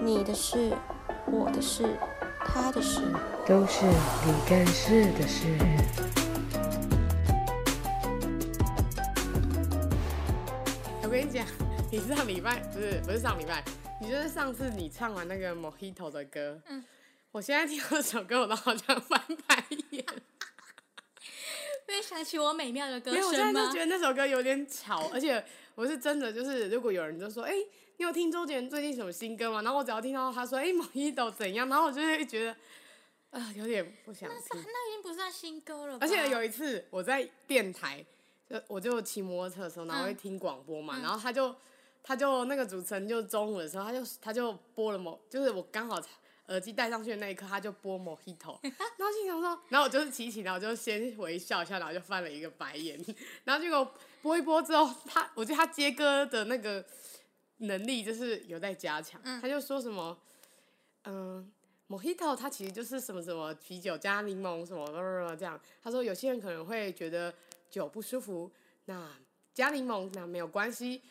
你的事、我的事、他的事。都是你干事的事。我跟你讲，你上礼拜不是不是上礼拜，你就是上次你唱完那个 Mojito 的歌，我现在听到这首歌我都好想翻白眼，因为想起我美妙的歌因为我现在声就吗觉？得那首歌有点吵，而且我是真的就是，如果有人就说，哎、你有听周杰伦最近什么新歌吗？然后我只要听到他说，哎、Mojito 怎样，然后我就会觉得，啊、有点不想听。那已经不算新歌了吧，而且有一次我在电台，就我就骑摩托车的时候，然后会听广播嘛，然后他就他就那个主持人就中午的时候，他就他就播了某，就是我刚好耳机戴上去的那一刻，他就播 Mojito，然后心想说，然后我就是骑一骑，然后我就先微笑一下，然后就翻了一个白眼， 然后结果播一播之后，他我觉得他接歌的那个能力就是有待加强，他就说什么，嗯。Mojito 它其实就是什么什么啤酒加柠檬什么这样。他说有些人可能会觉得酒不舒服，那加柠檬那没有关系。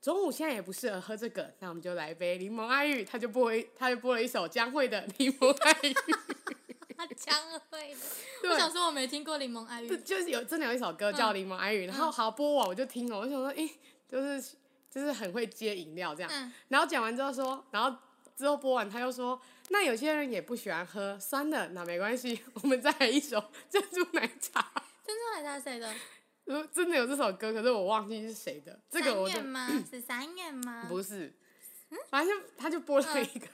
中午现在也不适合喝这个，那我们就来杯柠檬爱玉。他就播一，他就播了一首江蕙的《柠檬爱玉》 他将会的。对我想说我嗯没听过《柠檬爱玉就，》，就是有真的有一首歌叫《柠檬爱玉》，然后好播完我就听了，我就想说，诶、就是就是很会接饮料这样。嗯然后讲完之后说，然后之后播完他又说，那有些人也不喜欢喝酸的，那没关系，我们再来一首珍珠奶茶。 珍珠奶茶谁的？呃真的有这首歌，可是我忘记是谁的。这个我三就嗯眼吗？是三眼吗？不是，嗯反正他就播了一个，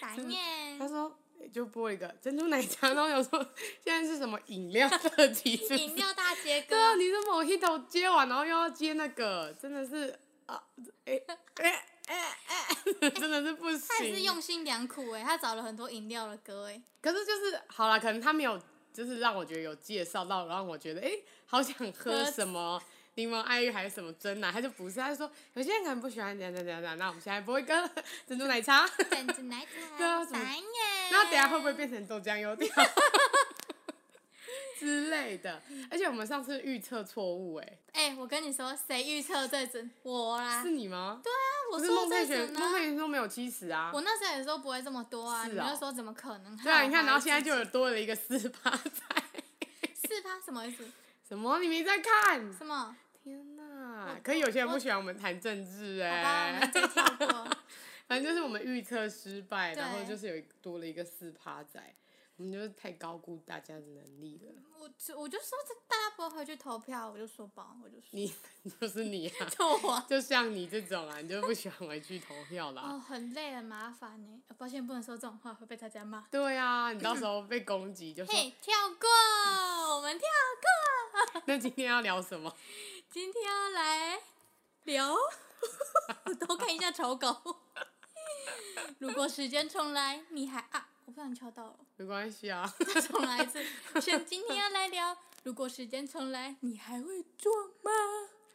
三眼他。说就播了一个珍珠奶茶，然后我想说 现在是什么饮料特辑是不是饮料大杰对啊，哥，你是某一头接完，然后又要接那个，真的是啊，哎哎哎哎， 真的是不行。他也是用心良苦哎，他找了很多饮料的歌哎，可是就是好啦，可能他没有，就是让我觉得有介绍到，让我觉得哎、诶好想喝喝什么柠檬爱玉还是什么真奶，他就不是，他就说有些人可能不喜欢，怎样怎样怎样。那我们现在播一个 珍珠奶茶，珍珠奶 对茶，啊什么三眼。那等一下会不会变成豆浆油条之类的？而且我们上次预测错误，哎，哎，我跟你说，谁预测最准？我啦是。你吗？对，啊我是说孟最佩璇，准孟佩呢。璇说没有七十啊。我那时候也说不会这么多啊，是你们哦就说怎么可能？对啊，你看，还然有后现在自己就有多了一个四八菜，是他什么意思？什么？你没在看？什么？天哪！可以有些人不喜欢我们谈政治好吧，我哎、们再跳过。 反正就是我们预测失败，然后对就是有一多了一个四趴仔，我们就是太高估大家的能力了。我就我就说这大家不会回去投票，我就说吧，我就说你 就是你啊，我就像你这种啊，你就不喜欢回去投票啦。 哦，很累很麻烦呢、呃抱歉，不能说这种话，会被大家骂。对啊，你到时候被攻击就说嘿，跳过，我们跳过。 那今天要聊什么？ 今天要来聊， 我偷看一下丑狗。 如果时间重来，你还啊，我不小心敲到了，没关系啊， 再重来一 次。先今天要来聊，如果时间重来，你还会做吗？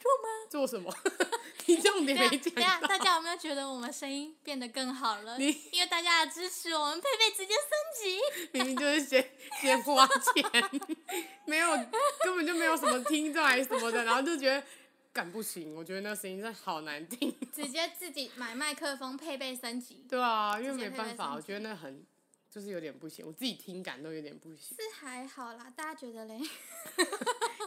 做吗？做什么？ 你重点对啊没，对啊讲，到。大家有没有觉得我们声音变得更好了？你因为大家的支持，我们佩佩直接升级。明明就是先先花钱， 没有根本就没有什么听众还是什么的，然后就觉得干不行，我觉得那声音真的好难听。 直接自己买麦克风，配备升级，对啊，因为没接办法，配我乐觉得那很就是有点不行，我自己听感都有点不行。 是还好啦。大家觉得嘞？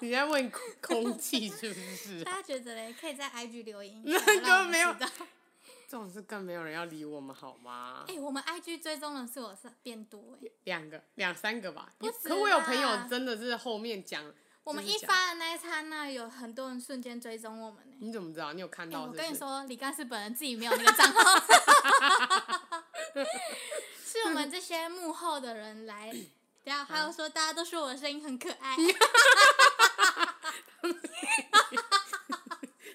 你在问空空气是不是 啊、大家觉得嘞？可以在 IG 留言一下，那让就我们没有知道这种事更没有人要理我们好吗哎、？我们 IG 追踪人数我是变多哎、两个两三个吧，不止可我有朋友啦真的是后面讲，我们就是一讲发的那一刹那，有很多人瞬间追踪我们呢、你怎么知道？你有看哎、到是我不是？跟你说，李干事本人自己没有那个账号， 是我们这些幕后的人来。等一下还有说，大家都说我的声音很可 爱，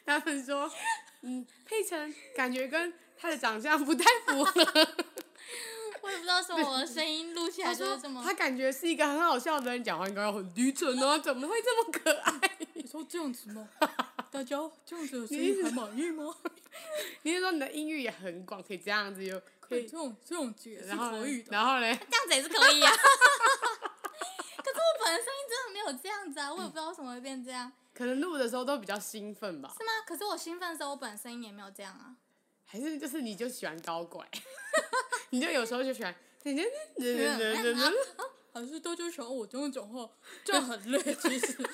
他们说，嗯，佩晨感觉跟他的长相不太符合。我也不知道说我的声音录起他来就说是这么他。感觉是一个很好笑的人，讲话应该很低沉啊，怎么会这么可爱？你说这样子吗？大 家这样子的声音还满意吗？你是说你的音域也很广，可以这样子又可以，种这种也然后呢然后嘞，这样子也是可以啊。 可是我本人声音真的没有这样子啊，我也不知道为什么会变这样，可能录的时候都比较兴奋吧，是吗？可是我兴奋的时候，我本人声音也没有这样啊。还是就是你就喜欢高拐，你就有时候就喜欢，你就你对就啊你就你啊就啊还是大家想要我这样讲话，这样 很累。其实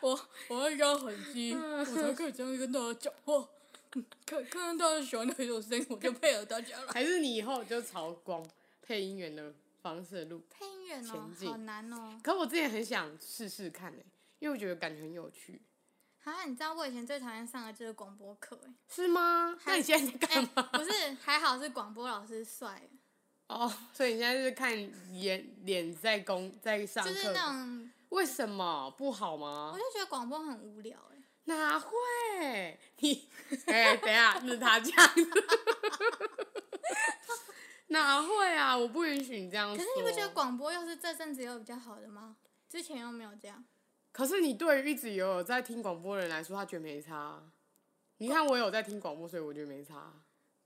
我我要压很低，嗯我才可以这样跟大家讲话。嗯看看到大家喜欢哪一种声音，我就配合大家 了。还是你以后就朝光配音员的方式录。配音员哦前进好好难哦。可我之前很想试试看呢、欸因为我觉得感觉很有趣，啊，你知道我以前最讨厌上的就是广播课哎、是吗？那你现在在干 嘛？不是，还好是广播老师帅，哦，所以你现在是看脸脸在公在上就课，是那种，为什么不好吗我？就觉得广播很无聊哎、哪会？ 你哎、等一下，是他这样子，哪会啊？我不允许你这样可说。是你不觉得广播又是这阵子有比较好的吗？之前又没有这样。可是你对于一直有有在听广播的人来说，他觉得没差啊。你看我有在听广播，所以我觉得没差啊。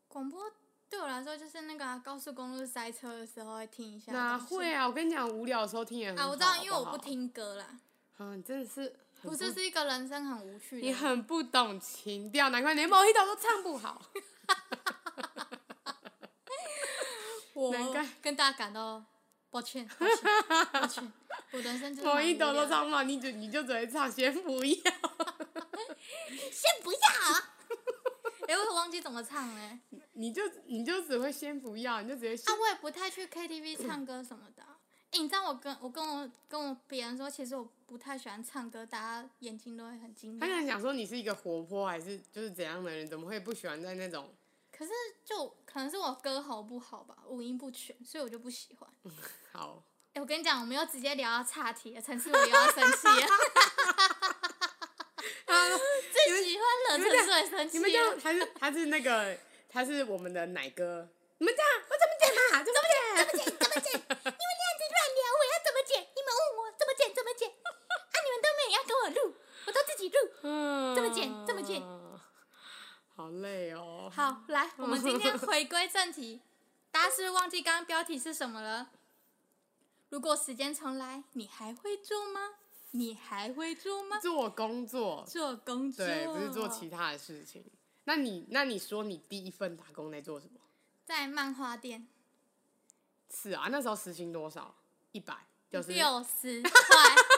广播对我来说就是那个啊、高速公路塞车的时候会听一下。哪但是会啊？我跟你讲，无聊的时候听也很好。啊？我知道，因为好我好不。听歌啦。啊，你真的是不很不是是一个人生很无趣的。你很不懂情调，难怪连某一首都唱 不好。我难怪跟大家感到抱歉，抱歉，抱 歉，我人生就是某蛮一无首都聊的唱不好，你就你就只会唱先不要。先不要。 哎、我忘记怎么唱了欸。你就你就只会先不要，你就直接先啊，我也不太去 KTV 唱歌什么的啊。哎、你知道我跟我跟我跟我别人说，其实我不太喜欢唱歌，大家眼睛都会很惊他讶。想想说你是一个活泼还是就是怎样的人，怎么会不喜欢在那种？可是就可能是我歌喉不好吧，五音不全，所以我就不喜欢。好，哎、我跟你讲，我们又直接聊到岔题了，陈思伟又要生气 了，自己会惹陈思伟生气你们这了样，他是他是那个他是我们的奶哥，你们这样我怎么 讲啊？怎么讲？怎么剪？怎么剪？你们这样子乱聊，我要怎么剪？你们问我怎么剪？怎么剪？啊，你们都没有要跟我录，我都自己录。嗯这么贱这么贱，好累哦。好，来，我们今天回归正题。大家是不是忘记刚刚标题是什么了？如果时间重来，你还会做吗？你还会做吗？做工作，做工作，对，不是做其他的事情。那你那你说你第一份打工在做什么？在漫画店是啊，那时候时薪多少？一百九十六十块，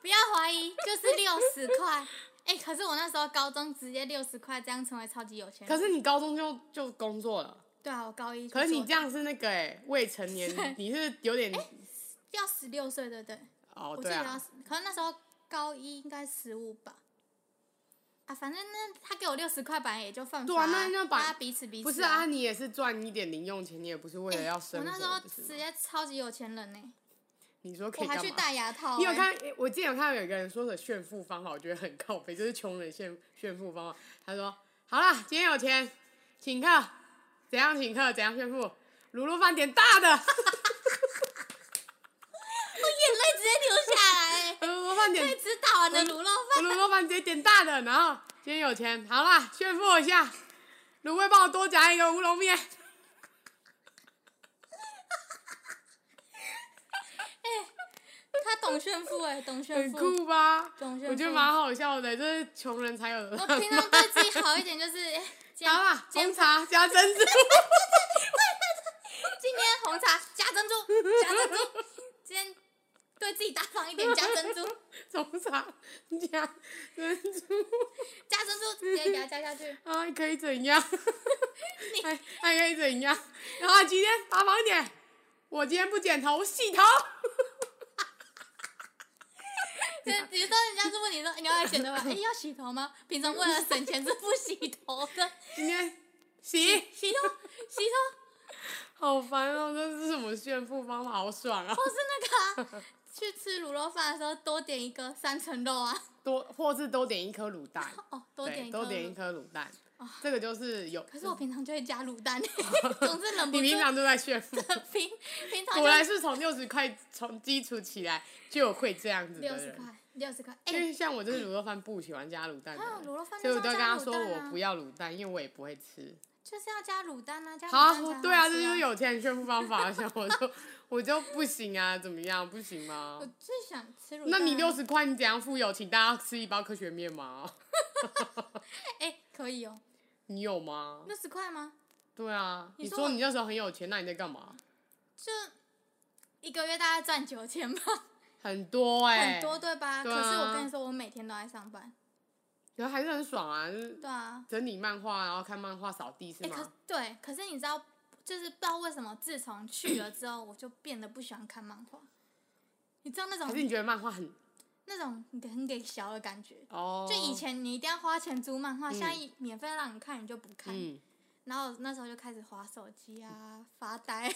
不要怀疑，就是六十块。哎、可是我那时候高中直接六十块，这样成为超级有钱人。可是你高中就就工作了，对啊，我高一就做。可是你这样是那个哎、未成年对，你是有点、要十六岁，对不对？哦哎我记对得啊要，十，可能那时候高一应该十五吧。啊，反正那他给我六十块板也就犯法、对啊那那把大家彼此彼此、不是啊，，你也是赚一点零用钱，你也不是为了要哎我生活，那时候不是吗直接超级有钱人呢、你说可我以干还嘛？去戴牙套、欸。你有看？诶我之前有看到有一个人说的炫富方法，我觉得很靠背，就是穷人炫炫富方法。他说：“好啦，今天有钱，请客，怎样请客，怎样炫富，卤肉饭点大的，，眼泪直接流下来、欸 卤肉饭点被指导完的卤肉饭。卤肉饭直接点大的，然后今天有钱，好啦，炫富一下，卤味帮我多夹一个乌龙面。”他懂炫富哎、懂炫很富。酷吧？懂炫我觉得富蛮好笑的，这是穷人才有我的。平常对自己好一点，就是哎，今好啦，今红茶加珍珠。 今天红茶加珍珠，加珍珠。今天对自己大方一点，加珍珠， 红茶加珍珠加珍珠，直接给它加下去。啊，可以怎 样？还还可以怎样？然后今天麻烦一点，我今天不剪头，洗头。就 比如说人家是问你说你要来剪头发，哎、要洗头吗？平常为了省钱是不洗头 的，今天哎洗，洗头洗头，好烦哦！这是什么炫富方法？好爽啊！或是那个、啊、去吃卤肉饭的时候多点一个三层肉啊，多或是多点一颗卤蛋，哦，多点对，一个，多点一颗卤蛋。这个就是有，可是我平常就会加卤 蛋，总是忍不你住。平常都在炫 富。平平常果然就是从六十块从基础起来就有会这样子的六十人。块，六十块，哎、因为像我这个卤肉饭不喜欢加卤蛋的还有人，卤肉饭所以就是要我都跟加他卤说蛋我啊不，要卤蛋，因为我也不会吃。就是要加卤蛋啊，加 好啊卤蛋、，对啊，这就是。有钱人炫富方法，像我就我就不行啊，怎么样，不行吗我？最想吃卤蛋啊、那你六十块你怎样富有？请大家吃一包科学面吗？哎、可以哦，你有吗？六十块吗？对啊，你你说说我你那时候很有钱，那你在干嘛？就一个月大概赚九千吧，很多哎、很多对吧？对可是我啊跟你说，我每天都在上班。可是还是很爽啊，就是对啊，整理漫画，然后看漫画、扫地是哎、吗？可对，可是你知道，就是不知道为什么，自从去了之后，我就变得不喜欢看漫画。你知道那还是你种觉得漫画很那种很给小的感觉。哦？就以前你一定要花钱租漫画，嗯现在免费让你看，你就不看。嗯，然后那时候就开始划手机啊，发呆啊，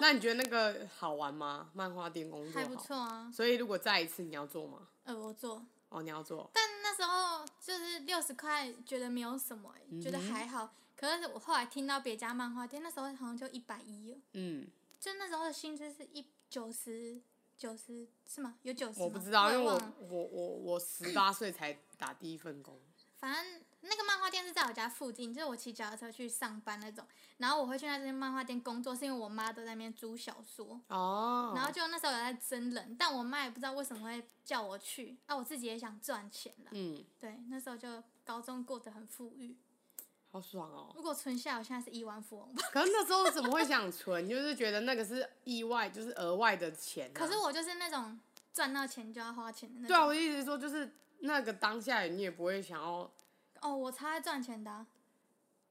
那你觉得那个好玩吗？漫画店工作还不好错啊。所以如果再一次，你要做吗？呃，我做，哦，你要做，但那时候就是六十块，觉得没有什么、欸，觉得嗯哼还好。可是我后来听到别家漫画店，那时候好像就一百一了，嗯，就那时候的薪资是一九十九十是吗？有九十？我不知道，因为也我忘了我我我十八岁才打第一 份工，反正那个漫画店是在我家附近，就是我骑脚踏车去上班那种。然后我会去那间漫画店工作，是因为我妈都在那边租小说。哦，然后就那时候有在真人，但我妈也不知道为什么会叫我去啊，我自己也想赚钱啦。嗯，对，那时候就高中过得很富裕，好 爽哦。如果存下来，我现在是亿万富翁吧。 可是那时候怎么会想存？就是觉得那个是意外，就是额外的钱啊、可是我就是那种赚到钱就要花钱的那对啊，种。我的意思是说，就是那个当下你也不会想要，哦，我超爱赚钱的啊、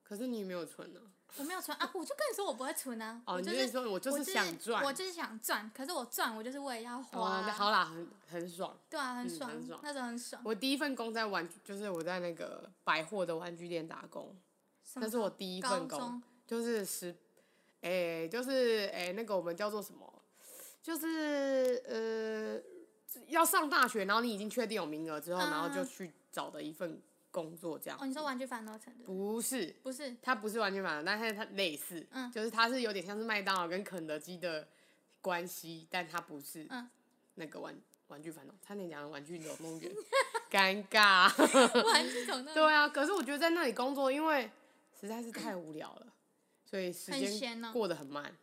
可是你也没有存啊。我没有存啊，我就跟你说我不会存啊，哦，我就你就是是。说我就我是想赚，我就是想赚，可是我赚，我就是为了要花、哦，那好啦，很很爽。对啊，很嗯爽，很爽那种很爽。我第一份工在玩具，就是我在那个百货的玩具店打工，什么那是我第一份高中工，就是十，哎、就是哎、那个我们叫做什么，就是呃，要上大学，然后你已经确定有名额之后，然后就嗯去找的一份工作这样。哦，你说玩具反斗城对不对不是，不是 它不是完全反的，但是它类似，嗯就是它是有点像是麦当劳跟肯德基的关系，但它不是嗯那个玩、玩具反斗，差点讲玩具总动员， 尴尬。玩具总动员，对啊，可是我觉得在那里工作，因为实在是太 无聊了，所以时很间闲哦过得很慢，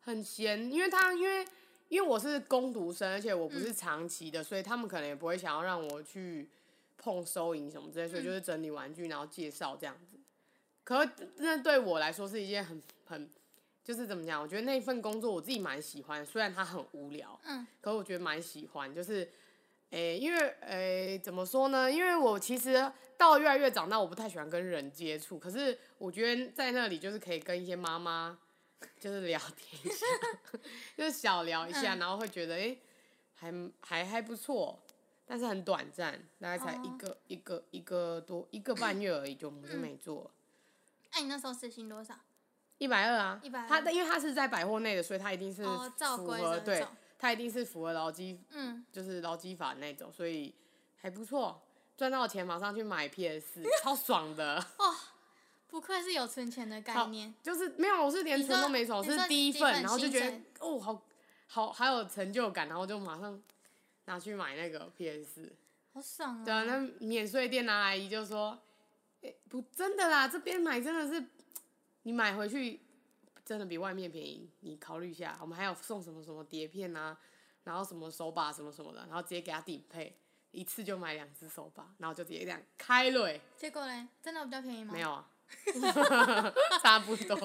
很闲，因为他因为。因为我是工读生，而且我不是长期的，所以他们可能也不会想要让我去碰收银什么之嗯类，所以就是整理玩具，然后介绍这样子。可是那对我来说是一件很很，就是怎么讲？我觉得那份工作我自己蛮喜欢，虽然它很无聊，嗯，可我觉得蛮喜欢。就是，诶、因为诶、怎么说呢？因为我其实到越来越长大，我不太喜欢跟人接触，可是我觉得在那里就是可以跟一些妈妈就是聊天一下， 就是小聊一下，嗯然后会觉得诶、还还还不错。但是很短暂，大概才一哦嗯个、一个一个多一个半月而已，就我们就没做了。哎、你那时候时薪多少？一百二啊， 120他因为他是在百货内的，所以他一定是哦照符规合、则对走，他一定是符合劳基，嗯，就是劳基法那种，所以还不错，赚到钱马上去买 PS，超 爽的。哦，不愧是有存钱的概好念。就是没有，我是连你存都说没存，我你是说第一第一份然后就薪觉得水哦，好好还有成就感，然后就马上拿去买那个 PS。好爽对啊，那哦！免税店的阿姨就说：“诶不，真的啦，这边买真的是，你买回去真的比外面便宜，你考虑一下。我们还有送什么什么碟片啊，然后什么手把什么什么的，然后直接给他顶配，一次就买两只手把，然后就直接这样开了、欸，结果嘞，真的比较便宜吗？没有，啊， 差不多，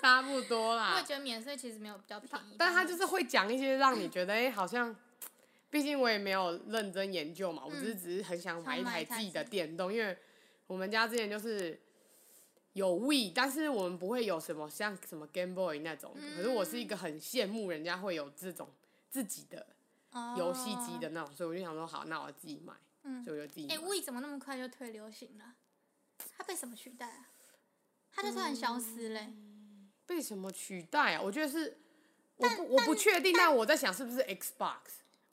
差不多我啦也。觉得免税其实没有比较便宜，啊但他是就是会讲一些让你觉得，哎、好像，毕竟我也没有认真研究嘛，我只是只是很嗯想买一想买台一台自己的自己电动，因为我们家之前就是有 We，但是我们不会有什么像什么 Game Boy 那种的，可是我是一个很羡慕人家会有这种自己的哦游戏机的。那种，所以我就想说，好，那我自己买，嗯所以我就自己买。哎，We 怎么那么快就退流行了？它被什么取代啊？它就突然消失嘞。嗯被什么取代啊？我觉得是，我不我不确定，但我在想是不是 Xbox。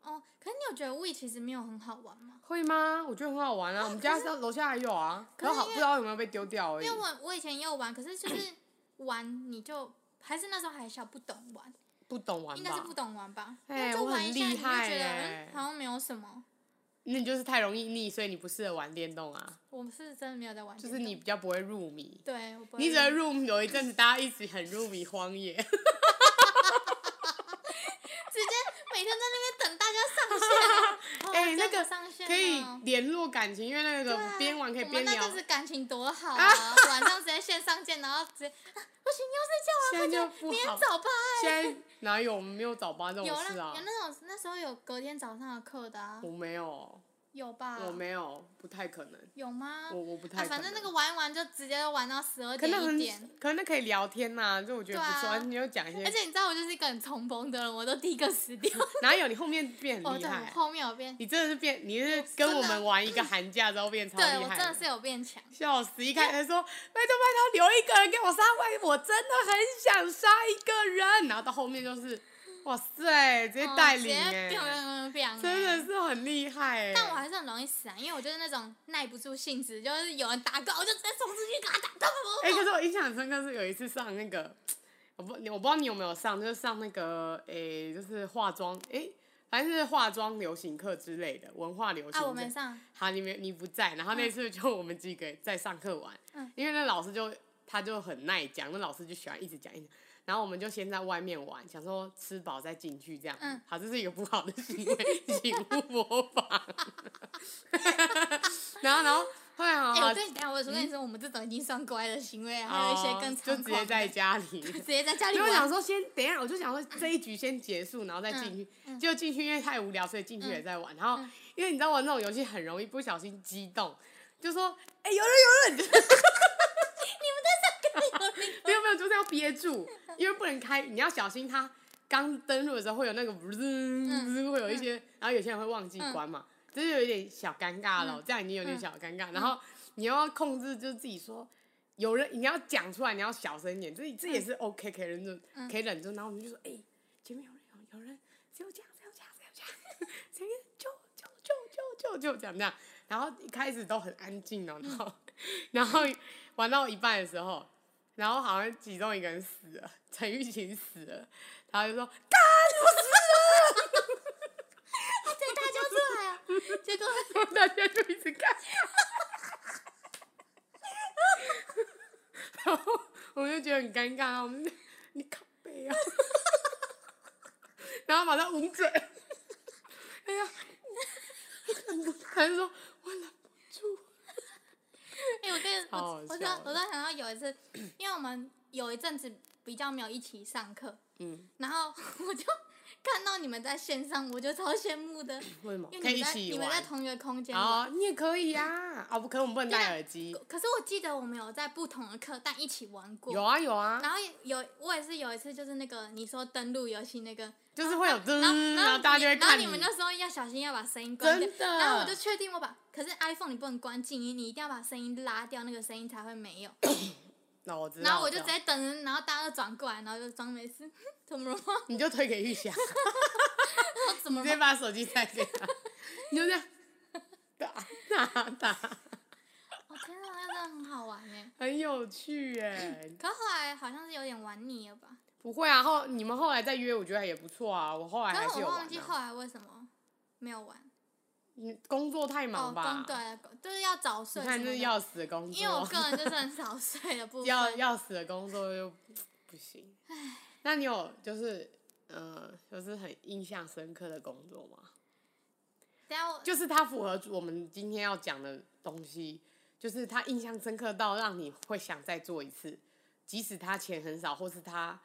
哦，可是你有觉得 We 其实没有很好玩吗？会吗？我觉得很好玩啊，我们家上楼下还有啊，可可是因好不为知道有没有被丢掉而已因为。我我以前也有玩，可是就是玩你就还是那时候还小，不懂玩，不懂玩吧？应该是不懂玩吧？哎那就我很玩一下，厉你就害觉得哎嗯好像没有什么。那你就是太容易腻，所以你不适合玩电动啊。我们是真的没有在玩就电是动，你比较不会入迷，对，我不会你只会入迷有一阵子，大家一起很入迷荒 野。，直接每天在那边等大家上线啊啊哎哦那这样哎个 哦不上线可以哦联络感情，因为那个边玩可以啊我们边啊那聊。阵子感情多好啊！晚上直接线上见，然后直接、啊不行，你要睡现在觉啊，就快点，不明天好早八哎、现在哪有我们没有早八这种有啦，事啊有？那种那时候有隔天早上的课的啊我，没有，有吧？我没有，不太可能。有吗？我我不太啊，可能。反正那个玩一玩就直接玩到十二可点能一很点。，可能可以聊天呐、就我觉得不错。对啊你就讲一而些，且你知道我就是一个很冲崩的人，我都第一个死掉。哪有你后面变哦，很厉对，我害？啊后面有变，你真的是变，你是真跟的我们玩一个寒假之后变超厉对我害真的。的是有变强。笑死！一开始说拜托拜托，留一个人给我杀外，我真的很想杀一个人。然后到后面就是，哇塞，直接哦带领直接哎、 biang biang biang biang 真欸的是很厉害哎、但我还是很容易死啊，因为我就是那种耐不住性子，就是有人打嗝，我就直接冲出去跟他打，他哎、可是我印象很深刻是有一次上那个，我不你我不知道你有没有上，就是上那个哎、就是化妆哎、反正是化妆流行课之类的，文化流行。啊，我没。上，好，你没你不在，然后那次就我们几个在上课玩，嗯因为那老师就他就很耐讲，那老师就喜欢一直讲一直讲，然后我们就先在外面玩，想说吃饱再进去这样，嗯好，这是一个不好的行为，请勿模仿。然后然后后来好哎、好我跟你讲，我有时候跟你说，我们这种已经算乖的行为，还有一些更嗯哦就猖直狂接的，在家直里。接在家里因为我想玩。说先等一下，我就想说这一局先结束，然后再嗯进去。结果进去因为太无聊，所以进去也在玩。然后因为你知道玩那种游戏很容易不小心激动，就说哎、有人有人，你们在上课没有没有，就是要憋住，因为不能开，你要小心它刚登录的时候会有那个不是不是会有一些，然后有些人会忘记关嘛，就是有一点小尴尬了，这样已经有点小尴尬。然后你要控制，就是自己说。有人你要讲出来，你要小声一点，这这也是 OK，可以忍住，可以忍住。然后我们就说，哎、前面有人，有有人，只有这样，只有这样，只有这样，前面救救救救救救这样这样。然后一开始都很安静哦，然后然后玩到一半的时候，然后好像其中一个人死了，陈玉琴死了，然后就说 对，大家出来啊，结果大家就一直看， 然后我们就觉得很尴尬，我们就你靠背啊， 然后马上捂嘴，哎呀，还是说我忍不住，哎、我跟好我好我突笑然我突然想到有一次，因为我们有一阵子比较没有一起上课，嗯，然后我就 看到你们在线上，我就超羡慕的， 为什么因可为你以一们在起你们在玩？同一个空间玩。哦，你也可以啊，哦，不可以，我们不能对啊戴耳机。可是我记得我们有在不同的课但一起玩过。有啊有啊，然后有我也是有一次，就是那个你说登录游戏那个，就是会有噔，然后然后嗯后大家就会你然后看你们那时候要小心要把声音关掉，真的。然后我就确定我把，可是 iPhone 你不能关静音，你一定要把声音拉掉，那个声音才会没有。那我知道，然后我就知直道接等人，然后大家都转过来，然后就装没事， 怎么了吗？你就推给 玉霞，我怎么直了接吗？把手机塞给他，你就这样打打打，我天啊，那真的很好玩哎！很有趣哎。可后来好像是有点玩腻了吧？不会啊，后你们后来再约，我觉得也不错啊。我后来还可是是有我玩忘记后啊。来为什么没有玩。你工作太哦，忙吧工？对，就是要早你睡什看么这的。是要死的工因为我作，个人就是很早睡的部分。 要要死的工作又不行。那你有就是呃，就是很印象深刻的工作吗？等啊下我就是它符合我们今天要讲的东西，就是它印象深刻到让你会想再做一次，即使它钱很少，或是它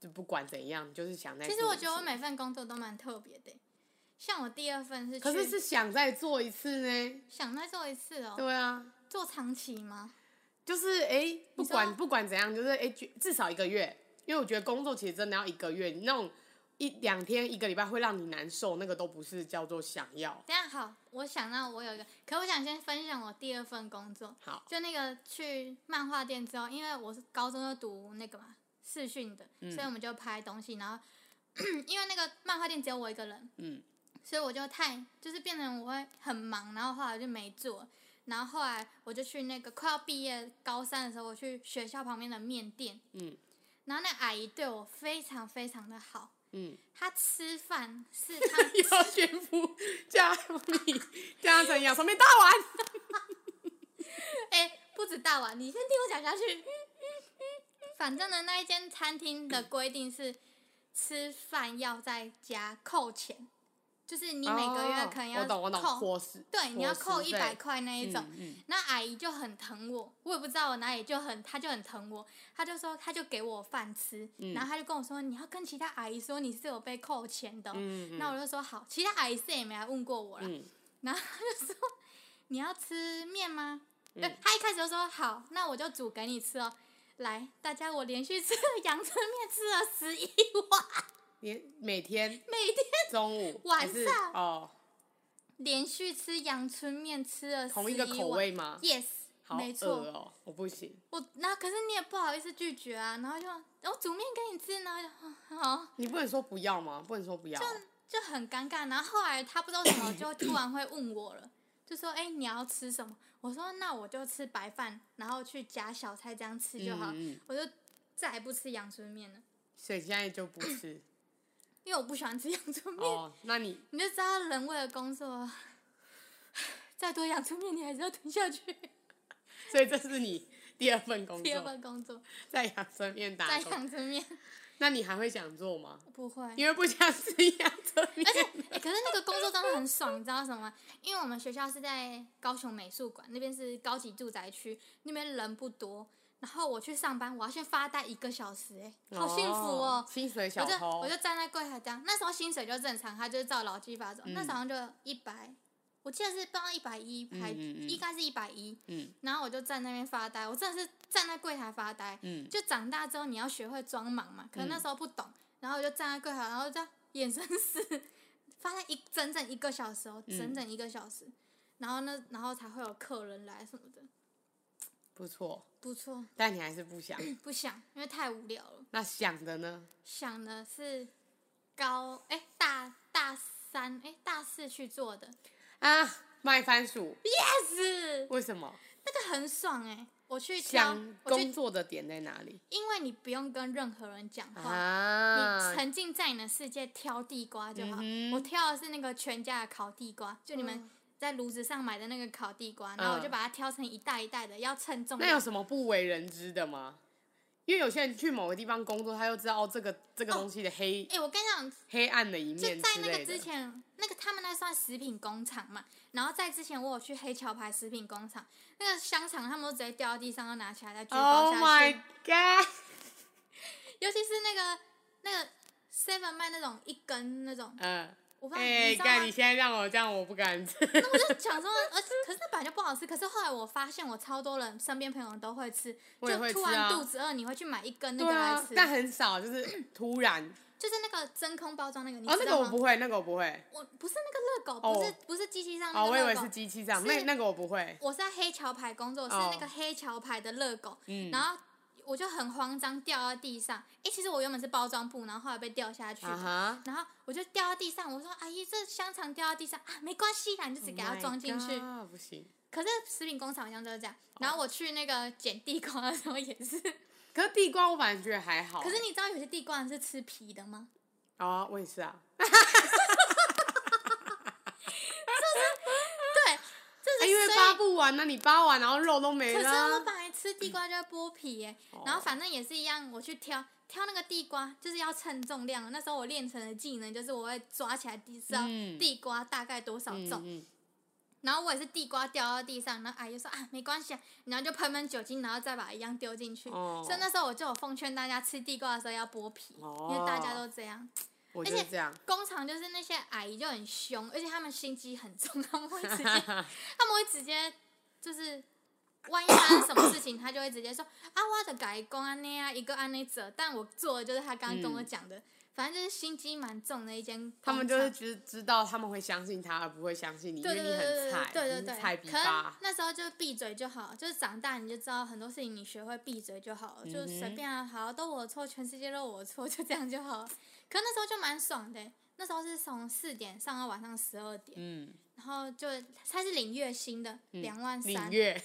就不管怎样，就是想再做其一次。实我觉得我每份工作都蛮特别的欸，像我第二份是去可是是想再做一次呢。想再做一次哦，对啊，做长期吗？就是哎、不你管说不管怎样，就是哎、觉至少一个月，因为我觉得工作其实真的要一个月，那种一两天、一个礼拜会让你难受，那个都不是叫做想要。等一下好，我想到我有一个，可我想先分享我第二份工作，好，就那个去漫画店之后，因为我是高中就读那个嘛视讯的，嗯所以我们就拍东西，然后 因为那个漫画店只有我一个人，嗯，所以我就太就是变成我会很忙，然后后来我就没做，然后后来我就去那个快要毕业高三的时候，我去学校旁边的面店，嗯然后那阿姨对我非常非常的好，嗯，她吃饭 是她要宣布加油你加成养上面大碗。哎、不止大碗，你先听我讲下去。反正呢，那一间餐厅的规定是吃饭要在家扣钱，就是 你每个月可能哦我要懂我懂，扣，伙食对，你要扣伙食一费百块那一种。嗯嗯那阿姨就很疼我，我也不知道我哪里就很，她就很疼我，她就说她就给我饭吃，嗯然后她就跟我说你要跟其他阿姨说你是有被扣钱的哦、嗯，那我我就说好，其他阿姨是也没来问过我了，嗯然后她就说 你要吃面吗？嗯呃她一开始就说好，那我就煮给你吃哦。来，大家，我连续吃了阳春面，吃了十一碗，连每天每天中午晚还是上哦，连续吃阳春面，吃了同一个口味吗？ ，yes，好没饿错，哦，我不行。我那可是你也不好意思拒绝啊，然后就我、煮面给你吃，然后就哦你不能说不要吗？不能说不 要哦，就很尴尬。然后后来他不知道怎么就突然会问我了，就说：“哎、你要吃什么？”我说：“那我就吃白饭，然后去夹小菜这样吃就好。嗯嗯嗯我就再也不吃阳春面了，所以现在就不 吃因为我不喜欢吃阳春面。哦。那你你就知道人为了工作，再多阳春面你还是要吞下去。所以这是你第二份工第二作，份工作在养生面打再工。阳春面那你还会想做吗？不会。因为不想吃养生 面而，且、欸可是那个工作真的很爽，你知道什么？因为我们学校是在高雄美术馆那边是高级住宅区，那边人不多。然后我去上班，我要先发呆一个小时、欸，哎，好幸福哦！薪水我小就偷我就站在柜台这样，那时候薪水就正常，他就是照劳基法走。嗯那时候好像就一百，我记得是不知道一百一还嗯嗯嗯应该是一百一。嗯然后我就站那边发呆，我真的是站在柜台发呆。嗯，就长大之后你要学会装忙嘛，可能那时候不懂，然后我就站在柜台，然后这样眼神死，发现一整整一个小时哦，嗯整整一个小时，然后呢，然后才会有客人来什么的，不错，不错，但你还是不想。不想，因为太无聊了，那想的呢？想的是高哎、大大三哎、大四去做的，啊，卖番薯，但是为什么？那个很爽哎、我去挑想，我工去，作的点在哪里因为你不用跟任何人讲话。啊你？沉浸在你的世界挑地瓜就好。嗯哼嗯我挑的是那个全家的烤地瓜，就你们在炉子上买的那个烤地瓜，然后我就把它挑成一袋一袋的，要称重那有量。什么不为人知的吗？因为有些人去某个地方工作，他就知道哦，这个这个哦东西的黑、哎、我跟你讲，黑暗的一就面在之那类个的之。前，那个他们那算食品工厂嘛，然后在之前我有去黑桥牌食品工厂，那个香肠他们都直接掉到地上，要拿起来再举包 Oh 下 my 去。 god！尤其是那个那个 Seven 卖那种一根那种，嗯，我不知道、哎、你知道干、吗你？现在让我这样，我不敢吃。那我就想说，而且可是那本来就不好吃。可是后来我发现，我超多人身边朋友都会吃，我也会就突吃啊然肚子饿，你会去买一根那对个来啊吃，，但很少，就是 突然。就是那个真空包装那个，你哦，知那个道我吗？不会，那个我不会。我不是那个热狗，不是、哦不是机器上那哦，我以个热为狗。是机器这样，是那那个我不会。我是在黑桥牌工作，是哦那个黑桥牌的热狗，嗯然后我就很慌张掉到地上。哎、其实我原本是包装布，然后后来被掉下去的啊哈，然后我就掉到地上，我说：“阿姨，这香肠掉到地上啊，没关系啦，你就只给它 Oh my 装进去。 God，不行。可是食品工厂好像就是这样。哦然后我去那个捡地瓜的时候也 是，可是地瓜我反正觉得还好。可是你知道有些地瓜是吃皮的吗？哦，我也是啊。对，哎这是因为所以扒不完那你扒完然后肉都没可是我了。本来吃地瓜就要剥皮耶、嗯然后反正也是一样，我去挑挑那个地瓜，就是要称重量。那时候我练成的技能就是我会抓起来地知道嗯地瓜大概多少嗯重，嗯，然后我也是地瓜掉到地上，然后阿姨就说啊没关系、啊，然后就喷喷酒精，然后再把一样丢进去。哦所以那时候我就有奉劝大家吃地瓜的时候要剥皮，哦因为大家都这样。我而就是且这样。工厂就是那些阿姨就很凶，而且他们心机很重，他们会直接， 他们会直接就是，万一发生什么事情，他就会直接说啊，我的改工安内啊，一个安内者，但我做的就是他刚刚跟我讲的，反正就是心机蛮重的一间工厂。嗯他们就是知知道他们会相信他，而不会相信你，因对为对你对很对菜，对你对是对，菜逼可能吧。那时候就闭嘴就好，就是长大你就知道很多事情你学会闭嘴就好了，就随嗯哼便啊，好都我错，全世界都我错，就这样就好了。 可那时候就蛮爽的欸、那时候是从四点上到晚上十二点，嗯，然后就他是领月薪的，两、万领三，月，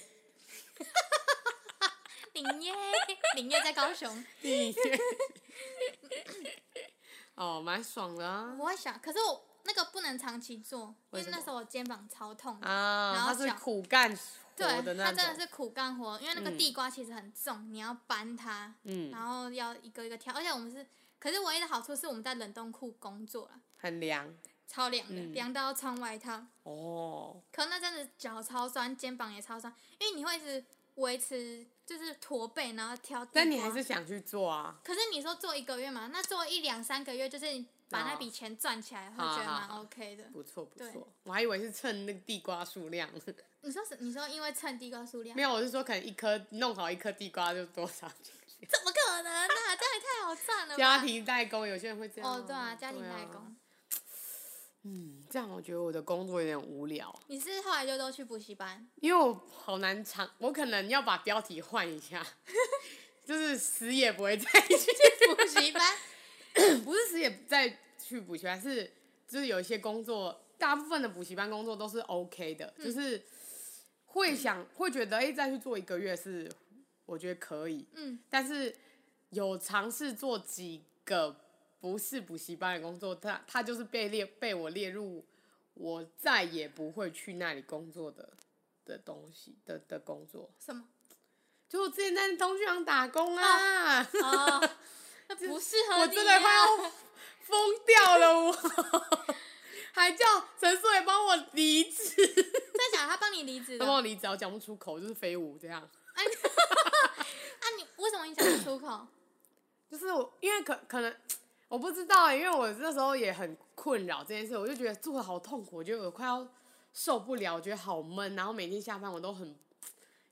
领月， 领月在高雄。领月，哦，蛮爽的啊。我会想，可是我那个不能长期做，因为为什么那时候我肩膀超痛的。啊，然后他是小苦干对活的，那它种，真的是苦干活，因为那个嗯地瓜其实很重，你要搬它，嗯然后要一个一个挑，而且我们是，可是唯一的好处是我们在冷冻库工作啦，啊很凉，超凉的，嗯凉、到要穿外套。哦，可那真的脚超酸，肩膀也超酸，因为你会一直维持就是驼背，然后挑地瓜。但你还是想去做啊，可是你说做一个月嘛，那做一两三个月，就是你把那笔钱赚起来，会好觉得好蛮好 OK 的。不错不对错。我还以为是称那个地瓜数量，你说是？你说因为称地瓜数量没？有，我是说可能一颗弄好一颗地瓜就多少 钱。怎么可能呢、啊？这样也太好赚了吧！家庭代工，有些人会这样啊。啊哦，对啊，家庭代工。啊嗯，这样我觉得我的工作有点无聊，你是后来就都去补习班？因为我好难长，我可能要把标题换 一下，就是死也不会再去，补习班？不是死也不再去补习班，是就是有一些工作，大部分的补习班工作都是 OK 的，就是会想会觉得哎、诶再去做一个月是我觉得可以，嗯，但是有尝试做几个不是补习班的工作，他他就是被列被我列入我再也不会去那里工作的的东西的的工作，什 么？就我之前在通讯行打工啊，哦，那不适合你、啊。我真的快要疯掉了我，还叫陈素也帮我离职，真的假的？他帮你离职 他的？帮我啊离职，我讲不出口，就是飞舞这样。啊你，为什么你讲不出口？就是我，因为可可能我不知道欸、因为我那时候也很困扰这件事，我就觉得做的好痛苦，我觉得我快要受不了，我觉得好闷，然后每天下班我都很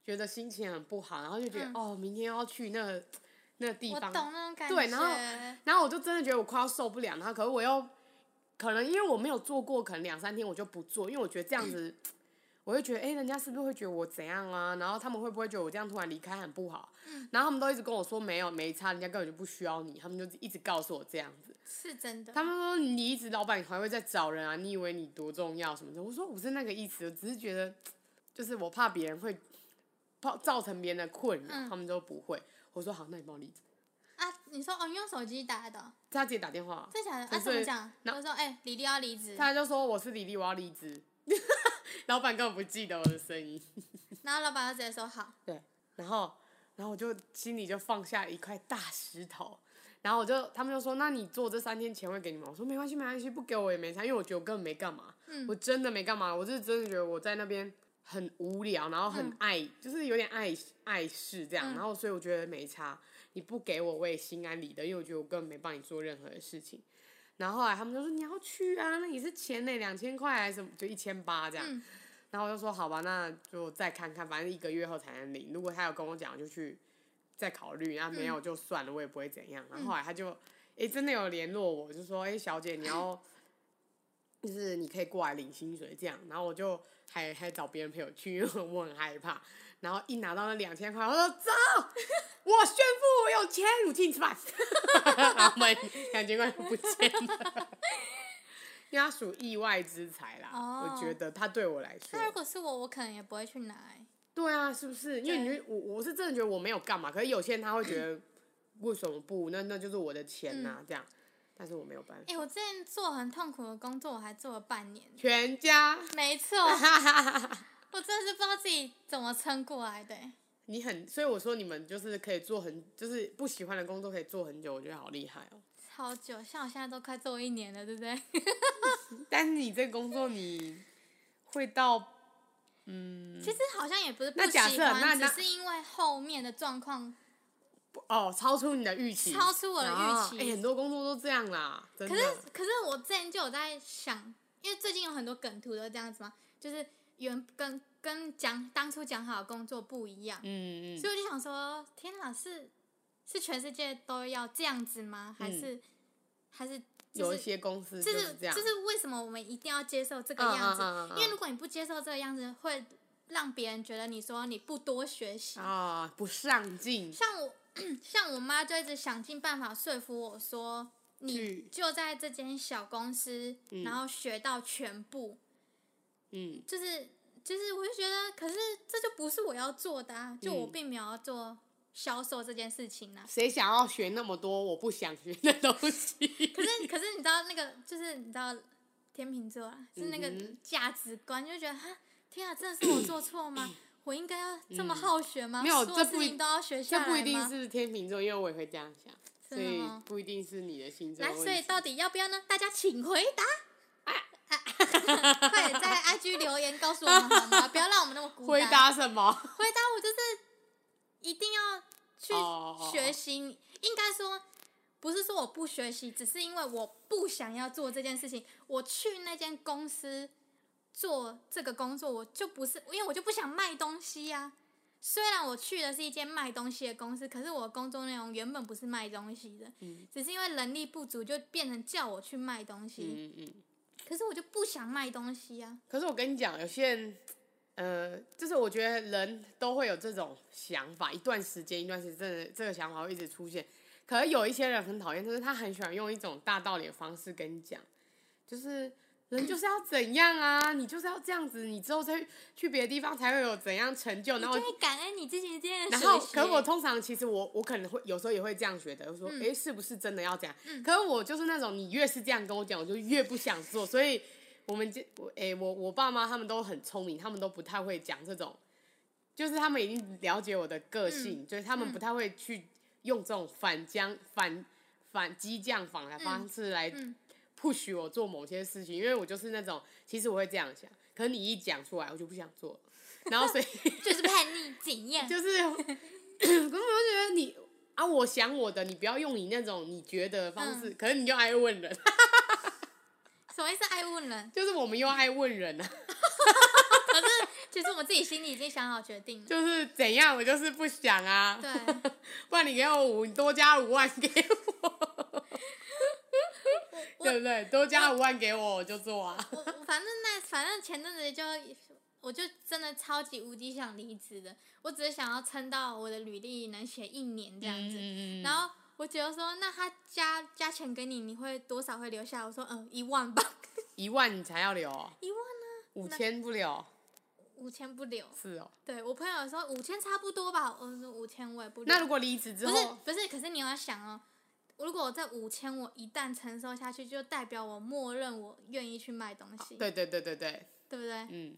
觉得心情很不好，然后就觉得、嗯哦，明天又要去那个那个地我方，懂那种感觉。对然后然后我就真的觉得我快要受不了，然后可是我又可能因为我没有做过，可能两三天我就不做，因为我觉得这样子，我会觉得哎、诶人家是不是会觉得我怎样啊？然后他们会不会觉得我这样突然离开很不好？然后他们都一直跟我说没有没差，人家根本就不需要你，他们就一直告诉我这样子。是真的。他们说你离职，老板还会再找人啊？你以为你多重要什么的？我说不是那个意思，我只是觉得，就是我怕别人会怕造成别人的困扰，嗯他们都不会。我说好，那你帮我离职。啊，你说哦，你用手机打的哦、他直接打电话、真假的？啊，对怎么讲？那我说，哎、李丽要离职，他就说我是李丽，我要离职。 老板根本不记得我的声音。然后老板就直接说好，对，然后然后我就心里就放下一块大石头，然后我就他们就说，那你做这三天钱会给你吗？我说没关系，没关系，不给我也没差，因为我觉得我根本没干嘛，嗯我真的没干嘛，我是真的觉得我在那边很无聊，然后很嗯爱，就是有点爱碍事这嗯样，然后所以我觉得没差，你不给我我也心安理得，因为我觉得我根本没帮你做任何的事情。然后后来他们就说你要去啊，那也是钱呢、两千块还是什么，就一千八这样。嗯然后我就说好吧，那就再看看，反正一个月后才能领。如果他有跟我讲，我就去再考虑；然后没有就算了，我也不会怎样。然后后来他就，哎、真的有联络我，就说，哎、小姐，你要，就是你可以过来领薪水这样。然后我就还还找别人陪我去，因为我很害怕。然后一拿到那两千块，我说走，我炫富，我有钱，我请你吃饭。 然后我们两千块就不见了。 因为他属意外之财啦哦我觉得他对我来说那，如果是我，我可能也不会去拿、哎对啊，是不是？因为你对就我我是真的觉得我没有干嘛，可是有些人他会觉得为什么不？那那就是我的嗯钱呐、这样。但是我没有办法，哎、我之前做很痛苦的工作，我还做了半年。全家，没 错，我真的是不知道自己怎么撑过来的、哎你很，所以我说你们就是可以做很，就是不喜欢的工作可以做很久，我觉得好厉害哦。超久，像我现在都快做一年了，对不对？但是你这个工作你会到，其实好像也不是不那假设喜欢，那只那是因为后面的状况。哦，超出你的预期，超出我的预啊期哎、很多工作都这样啦，真可的。是可是我之前就有在想，因为最近有很多梗图都这样子嘛，就是原跟跟讲当初讲好的工作不一样，嗯嗯所以我就想说，天哪，是是全世界都要这样子吗？还是、还是、就是、嗯有一些公司就是是这样，就是为什么我们一定要接受这个嗯样子？嗯嗯嗯嗯因为如果你不接受这个样子，会让别人觉得你说你不多学习。啊，不上进，像我 像我妈就一直想尽办法说服我说，你去就在这间小公司，然后学到全部，嗯，就是就是，我就觉得，可是这就不是我要做的啊，就我嗯并没有要做销售这件事情啊。谁想要学那么多我不想学的东 西？可是可是你知道那个，就是你知道天秤座啊，是那个嗯哼价值观，就觉得哈，天啊，真的是我做错 吗？我应该要这么好学吗？嗯没有所有这事不一情都要学这下来吗？不一定是天秤座，因为我也会这样想，真所的以吗不一定是你的星座来，问题。啊所以到底要不要呢？大家请回答。啊 快点在 IG 留言告诉我们好吗？不要让我们那么孤回单。答什么？ 回答我就是一定要去哦学习应该说不是说我不学习，只是因为我不想要做这件事情。我去那间公司做这个工作，我就不是因为我就不想卖东西呀、虽然我去的是一间卖东西的公司，可是我的工作内容原本不是卖东西的，嗯只是因为人力不足，就变成叫我去卖东西。嗯嗯。可是我就不想卖东西啊呀、可是我跟你讲，有些人，呃，就是我觉得人都会有这种想法，一段时间一段时间，真的这个想法会一直出现。可是有一些人很讨厌，就是他很喜欢用一种大道理的方式跟你讲，就是人就是要怎样啊，你就是要这样子，你之后再去别的地方才会有怎样成就。然后你就会感恩你之前这件哦然事。后，可我通常其实我我可能会有时候也会这样觉得，就说嗯诶，是不是真的要这样？可是我就是那种你越是这样跟我讲，我就越不想做。所以我们这我诶，我我爸妈他们都很聪明，他们都不太会讲这种，就是他们已经了解我的个嗯性，就是他们不太会去用这种反将反反激将法的方式来嗯 push 我做某些事情，因为我就是那种其实我会这样想，可是你一讲出来，我就不想做了。然后所以就是叛 逆检验，就是， 可是我就觉得你啊，我想我的，你不要用你那种你觉得的方嗯式，可是你又爱问人， 什么意思？爱问人？ 就是我们又爱问人啊，可是其实我自己心里已经想好决定了。就是怎样，我就是不想啊，对，不然你给我五，你多加五万给 我，对不对？多加五万给我，我就做啊。我我反正那反正前阵子就我就真的超级无敌想离职的，我只是想要撑到我的履历能写一年这样子。嗯然后我姐就说：“那他加加钱给你，你会多少会留下？”我说：“嗯，一万吧，一万你才要留哦，一万啊呢、五千不留，五千不留。是哦。对”我朋友说五千差不多吧，我说五千我也不留。那如果离职之不是后，不是，可是你要想哦，如果我这五千我一旦承受下去，就代表我默认我愿意去卖东西，对对对对对，对不对？嗯。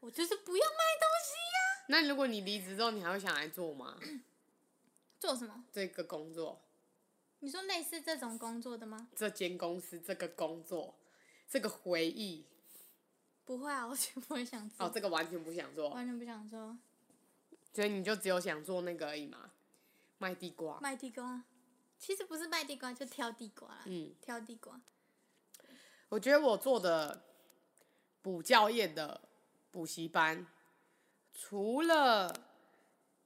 我就是不要卖东西，啊那如果你离职之后，你还会想来做吗？ 做什么？这个工作？你说类似这种工作的吗？这间公司、这个工作、这个回忆，不会啊，我全不会想做，哦，这个完全不想做，完全不想做啊所以你就只有想做那个而已嘛，卖地瓜。卖地瓜。啊其实不是卖地瓜，就挑地瓜啦，嗯，挑地瓜。我觉得我做的补教业的补习班，除了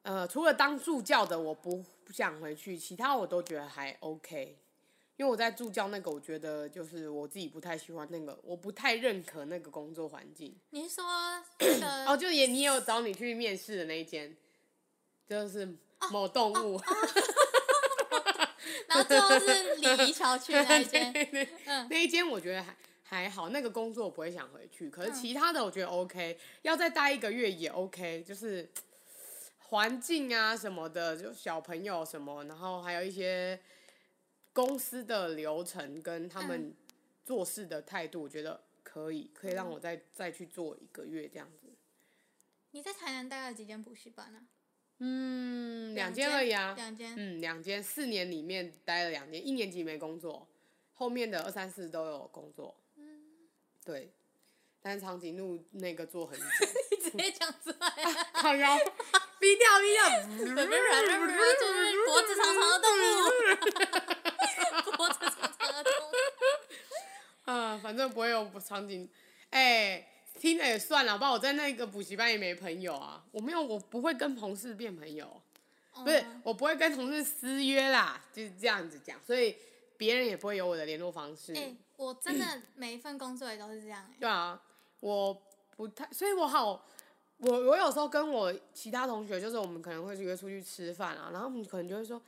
呃除了当助教的我不不想回去，其他我都觉得还 OK。因为我在助教那个，我觉得就是我自己不太喜欢那个，我不太认可那个工作环境。你是说那个 哦，就也你也有找你去面试的那一间，就是哦某动物，然后最后是礼仪桥区那一间， 对对对嗯那一间我觉得还还好，那个工作我不会想回去，嗯可是其他的我觉得 OK，、要再待一个月也 OK，就是环境啊什么的，就小朋友什么，然后还有一些公司的流程跟他嗯们做事的态度，我觉得可以，可以让我再再去做一个月这样子。你在台南待了几间补习班啊？嗯，两间而已啊，两间。嗯，两间四年里面待了两间，一年级没工作，后面的二三四都有工作。对，但是长颈鹿那个做很久，你直接讲出来啊！靠腰，逼掉逼掉，就是脖子长长的动物， 脖子长长的动物，嗯，反正不会有长颈，哎、听了也算了，不然我在那个补习班也没朋友啊，我没有，我不会跟同事变朋友，哦不是，我不会跟同事私约啦，就是这样子讲，所以别人也不会有我的联络方式。哎、我真的每一份工作也都是这样、哎，对啊，我不太，所以我好，我我有时候跟我其他同学，就是我们可能会约出去吃饭啊，然后我们可能就会说，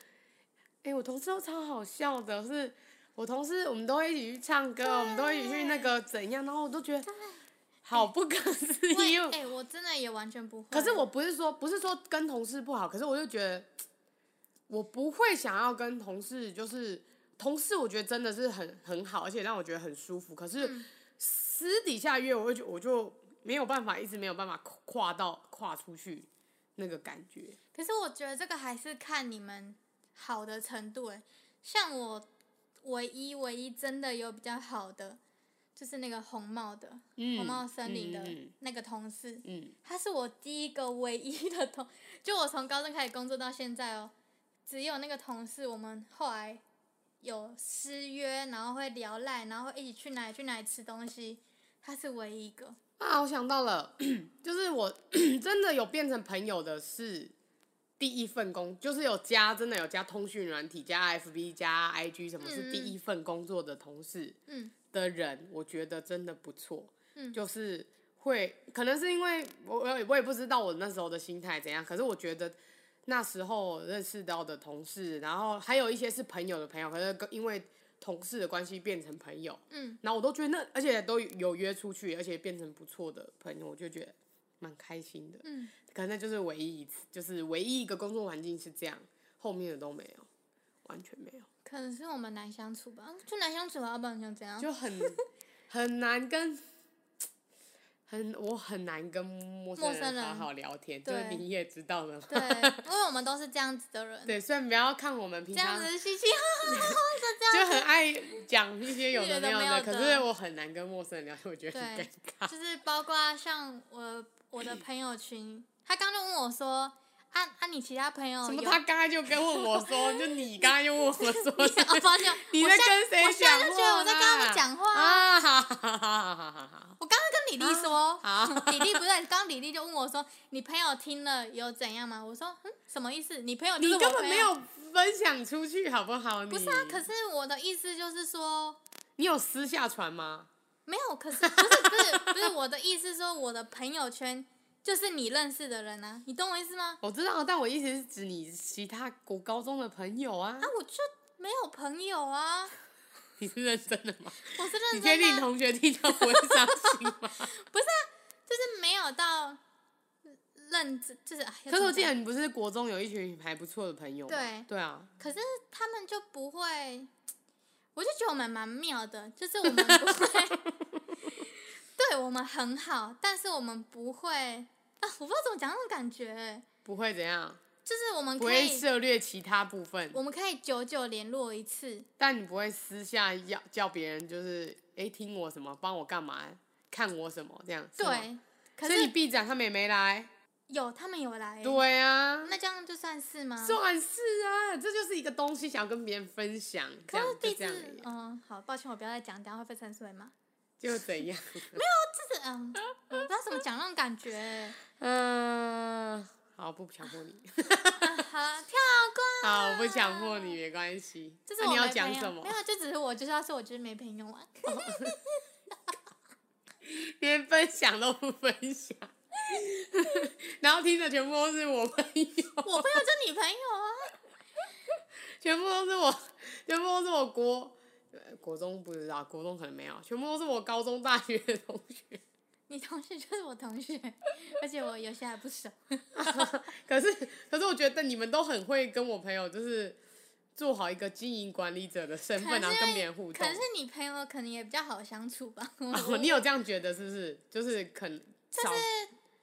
哎、我同事都超好笑的，是我同事，我们都会一起去唱歌，我们都会一起去那个怎样，然后我都觉得好不可 思我议也哦。哎、我真的也完全不会。可是我不是说不是说跟同事不好，可是我就觉得我不会想要跟同事，就是同事我觉得真的是很很好，而且让我觉得很舒服。可是嗯私底下约我会觉我就没有办法，一直没有办法跨跨到跨出去那个感觉。可是我觉得这个还是看你们好的程度、哎，像我唯一唯一真的有比较好的，就是那个红帽的、嗯红帽森林的嗯那个同事，嗯，他是我第一个唯一的同，就我从高中开始工作到现在哦，只有那个同事，我们后来有失约，然后会聊赖，然后会一起去哪里去哪里吃东西，他是唯一一个。啊，我想到了，就是我 真的有变成朋友的是第一份工，就是有加真的有加通讯软体、加 FB、加 IG 什么，是第嗯嗯一份工作的同事嗯的人，我觉得真的不错。嗯就是会，可能是因为我我也我也不知道我那时候的心态怎样，可是我觉得那时候认识到的同事，然后还有一些是朋友的朋友，可是跟因为同事的关系变成朋友，嗯，然后我都觉得那，而且都有约出去，而且变成不错的朋友，我就觉得蛮开心的。嗯，可能那就是唯一一次，就是唯一一个工作环境是这样，后面的都没有，完全没有，可能是我们难相处吧，就难相处啊，要不然想怎样？就很很难跟。很，我很难跟陌生陌生人好人好聊天，就是对你也知道的嘛。对，因为我们都是这样子的人， 对，虽然不要看我们平这常样子嘻嘻哈哈，就很爱讲一些有有的的没有没的，有可的是我很难跟陌生人聊天，我觉得很对尴 尬。就是包括像我我的朋友群，他刚就问我说，啊啊，你其他朋友什么？有他刚刚就跟问我说，就你刚刚就 问我说 是，哦，抱歉，你我在现跟谁我现在讲就觉得话我在跟他啦们讲话啊。啊，哈哈哈哈哈哈哈！我刚刚跟李丽说，啊 李丽不是，刚刚李丽就问我说，你朋友听了有怎样吗？我说，嗯，什么意思？你朋友就是你我根本朋没友有分享出去，好不好？不不是啊，可是我的意思就是说，你有私下传吗？没有，可是不是不是不是我的意思，说我的朋友圈就是你认识的人啊，你懂我意思吗？我知道，但我意思是指你其他国高中的朋友啊啊。，我就没有朋友啊，你是认真的吗？我是你认确真定你的啊，同学听到不会伤心吗？就是没有到认知，就是哎要 可是我怎么记得讲你不是国中有一群还不错的朋友吗？对对啊，可是他们就不会，我就觉得我们蛮妙的，就是我们不会，对我们很好，但是我们不会啊，我不知道怎么讲那种感觉欸，不会怎样，就是我们不可会以，涉略其他部分，我们可以久久联络一次，但你不会私下要叫别人，就是哎、诶听我什么，帮我干嘛，看我什么这样。是吗，对，可所以你是臂展他们也没来。有他们有来欸，对啊，那这样就算是吗？算是啊，这就是一个东西，想要跟别人分享，这可样是就地这样而址已，啊嗯，好，抱歉，我不要再讲，等一下会被陈思维骂。就 怎样？就是嗯， 我不知道怎么讲那种感觉 欸，嗯，好，不强迫你，啊好跳过。 好，不强迫你，没关系。就是那我啊你要没讲朋友什么 没？有，就只是我就是要说，我就是没朋友啊。连分享都不分享， 然后听的全部都是我朋友。我朋友就你朋友啊，全部都是我，全部都是我国呃国中不知道，国中可能没有，全部都是我高中、大学的同学。你同学就是我同学， 而且我有些还不熟。可是，可是我觉得你们都很会跟我朋友，就是做好一个经营管理者的身可份，是然后跟别人互可动。是你朋友可能也比较好相处 吧。哦，你有这样觉得是不是？就是肯少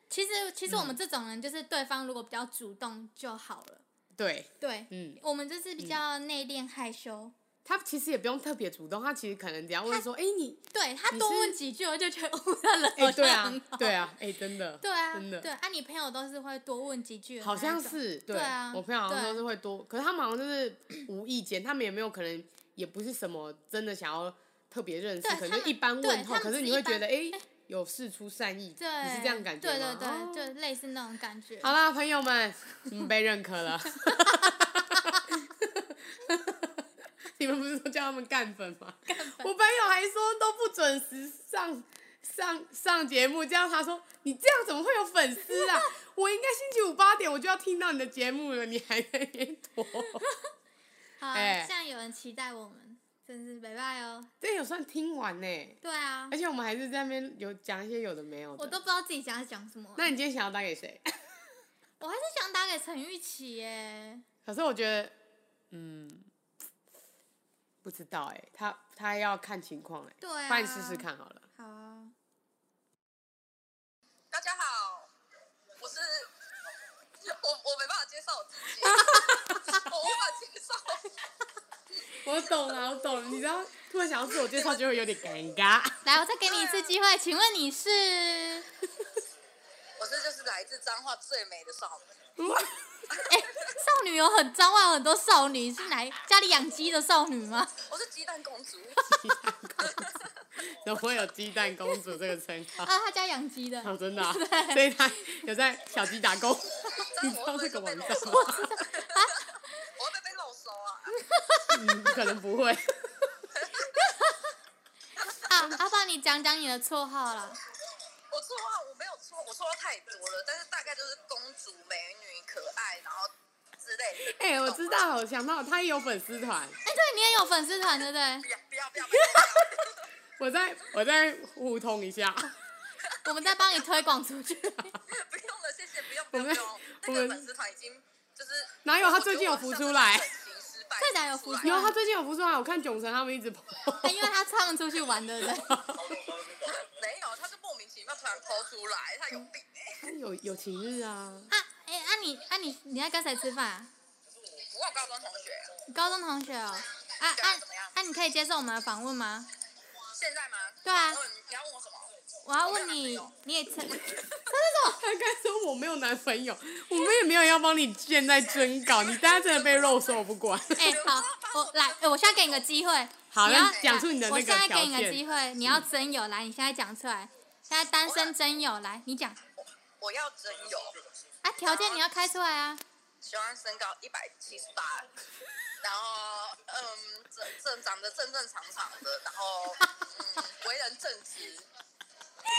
其实其嗯实我们这种人就是对方如果比较主动就好了，对，对。嗯，我们就是比较内敛害羞，他其实也不用特别主动，他其实可能只要问说，哎、你，对他你多是问几句，我就觉得哦，他人哎、好对像很啊，好，对啊，哎、真的，对啊，真的对啊，你朋友都是会多问几句的那好一种，像是对对啊我朋友好像对都是会多，可是他们好像就是 无意间，他们也没有可能，也不是什么真的想要特别认识，对可他能就们一般对问候，他们可只是是你一会觉般得哎、诶有事出善意，对，你是这样感觉对对吗？对，哦就类似那种感觉。好啦，朋友们，你们被认可了。 你们不是都叫他们干粉吗？我朋友还说都不准时上上上节目，这样他说你这样怎么会有粉丝啊？我应该星期五八点我就要听到你的节目了，你还在那边拖， 好，哎现在有人期待我们，真是没拜哦。这有算听完呢？对啊而，且我们还是在那边有讲一些有的没有我都的。不知道自己想要讲什么。那你今天想要打给谁？我还是想打给陈玉琪耶。可是我觉得，嗯，不知道哎、他他要看情况哎、对啊，不然你试试。看好了。好啊，大家好，我是我我没办法接受我自己，我无法接受。啊我懂了，我懂了。你知道，突然想要自我介绍，就会有点尴 尬。来，我再给你一次机会，请问你 是？哎我这就是来自彰化最美的少女。哎、少女有很彰化有很多少女，是哪一家里养鸡的少女吗？我是鸡蛋公主，怎么会有鸡蛋公主这个称号？啊，她家养鸡的。哦， 真的啊、所以她有在小鸡 打工。但我会不会就被你知露道这手个啊？我会不会被露手啊？嗯， 可能不会。啊，阿爸，你讲讲你的绰号啦。我错话我没有错，我错话太多了，但是大概就是公主、美女、可爱，然后之类的。 哎、我知道，我想到她也有粉丝团。哎、对你也有粉丝团，对不不对？要不要不要！不要我再我再互通一下， 我们再帮你推广出去。不用了，谢谢，不用我不用们不我用。那个们粉丝团已经就是哪有他最近有浮出来太太假有浮 出来有她最近有浮出来，我看囧晨他们 一直跑。哎因为他唱出去玩的人， 没有，他是莫名其妙突然抛出来，他有病哎、有有情日啊，啊，哎、啊你啊你你在跟谁吃饭、啊？我有高中同学，你高中同学哦。啊对啊啊怎么样啊！你可以接受我们的访问吗？现在吗？对啊嗯，你要问我什么？我要问你，你也曾， 他该说我没有男朋友，我们也没有要帮你现在征稿，你大家真的被肉搜我不管。 哎、好，我来，哎我现在给你个机会。好你要那讲出你的那个我现在给你条个件机会，你要真友来，你现在讲出来。现在单身真友来，你讲我要真有，啊，条件你要开出来啊。喜欢身高一百七十八，然后嗯，正正长得正正常常的，然后嗯，为人正直，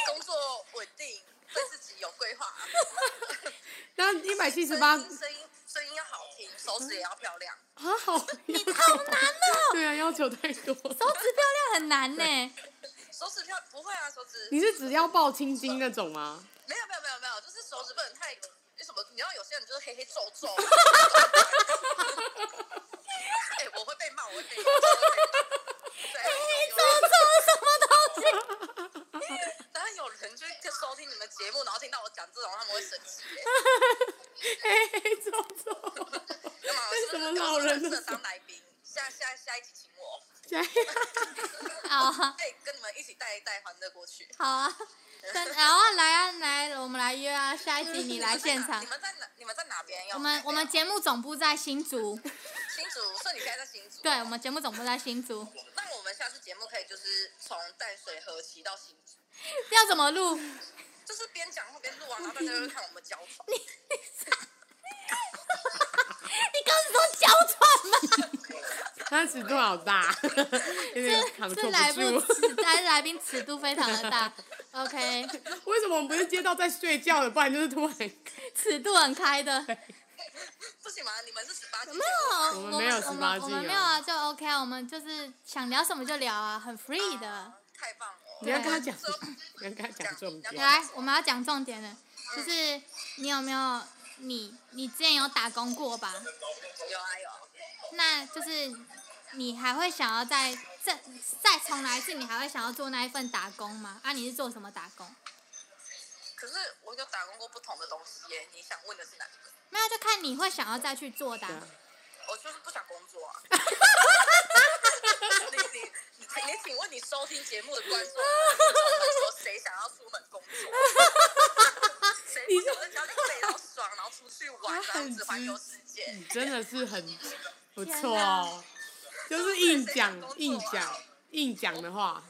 工作稳定，对自己有规划，那一百七十声八音声音声音要好听，手指也要漂亮。啊，好， 你好难哦。 对啊，要求太多。手 指漂亮很难呢、手指漂不会啊，手指你是只要抱青筋那种吗？没有没有没有没有，就是手指不能太那什么，你知道有些人就是黑黑皱 皱。哎、我会被骂，我会被骂。黑皱皱什么东西？然后有人就就收听你们节目，然后听到我讲这种，他们会生气、 嘿嘿，走走。干嘛？我是什不么是老人适的合当来宾？下下下一期请 我，加油！好啊，可以跟你们一起带一带欢乐过去。好啊，真然后来啊来，我们来约啊，下一集你来现场 你。们在哪？你们在哪边？要我们我们节目总部在新竹，新竹，所以你现在在新竹。对，我们节目总部在新竹，那我们下次节目可以就是从淡水河骑到新竹，要怎么录？就是边讲话边录啊，然后大家就看我们交 床。你刚是说娇喘吗？他尺度好大，有点扛这错来住宾。尺，来来宾尺度非常的大，OK， 为什么我们不是接到在睡觉的，不然就是突然 尺度很开的。不行吗？你们是十八禁没有，我我们没有我18们我禁们啊没有啊，就 OK 啊，我们就是想聊什么就聊啊，很 free 的。太棒了！你要跟他讲，之后你要跟他讲重点。来，我们要讲重点了，就是你有没有你你之前有打工过吧？有啊有啊，那就是你还会想要再再再重来一次，你还会想要做那一份打工吗？啊，你是做什么打工？可是我有打工过不同的东西耶，你想问的是哪个？没有，就看你会想要再去做打对啊工。我就是不想工作啊。 你你你，也请问你收听节目的观众， 说谁想要出门工作？谁不想在家里累到爽，然后出去玩，这样子环游世界？你真的是 很不错天哦，就是硬讲谁想工作啊硬讲硬讲的话，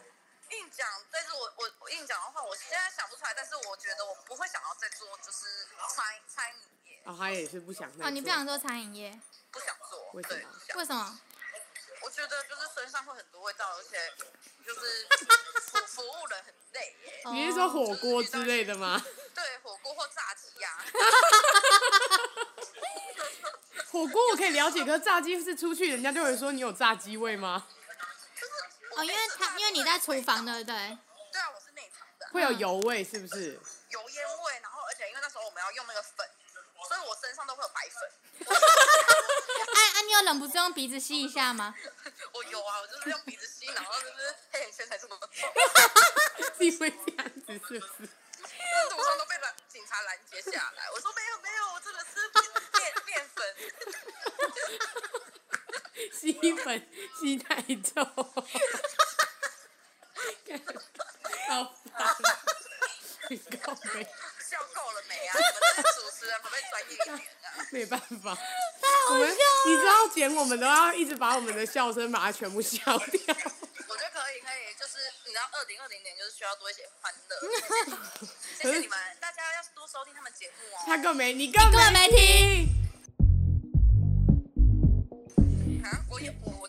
硬讲，但是我我我硬讲的话，我现在想不出来，但是我觉得我不会想要再做，就是餐餐饮业，哦，他也是不想那。哦，你不想做餐饮业？不想做。为什对，么不想为什么？我觉得就是身上会很多味道，而且就是服 服务人很累耶。哦你是说火锅之类的吗？对，火锅或炸鸡 呀、火锅我可以了解，可是炸鸡是出去人家就会说你有炸鸡味吗？哦，因为他因为你在厨房，对不 对？对啊，我是内场的，会嗯有油味是不是？ 油烟味，然后而且因为那时候我们要用那个粉，所以我身上都会有白粉。哎啊，你有忍不住用鼻子吸一下吗？我有啊，我就是用鼻子吸，然后就是黑眼圈才这么重，是因为这样子是不是？路上都被拦警察拦截下来。我说没有没有，我真的是面面粉。 吸粉吸太重，啊 脸啊！没办法，我们哦你知道剪我们都要一直把我们的笑声把它全部消掉。我觉得可以，可以，就是你知道，二零二零年就是需要多一些欢乐。谢谢你们，大家要多收听他们节目哦。他更没，你更没，没听，啊，我也我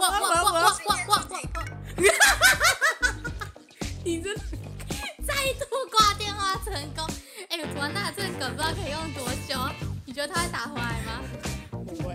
我，我我我，你这再度挂电话成功。哎，我那这个梗不知道可以用多久？你觉得他会打回来吗？不会。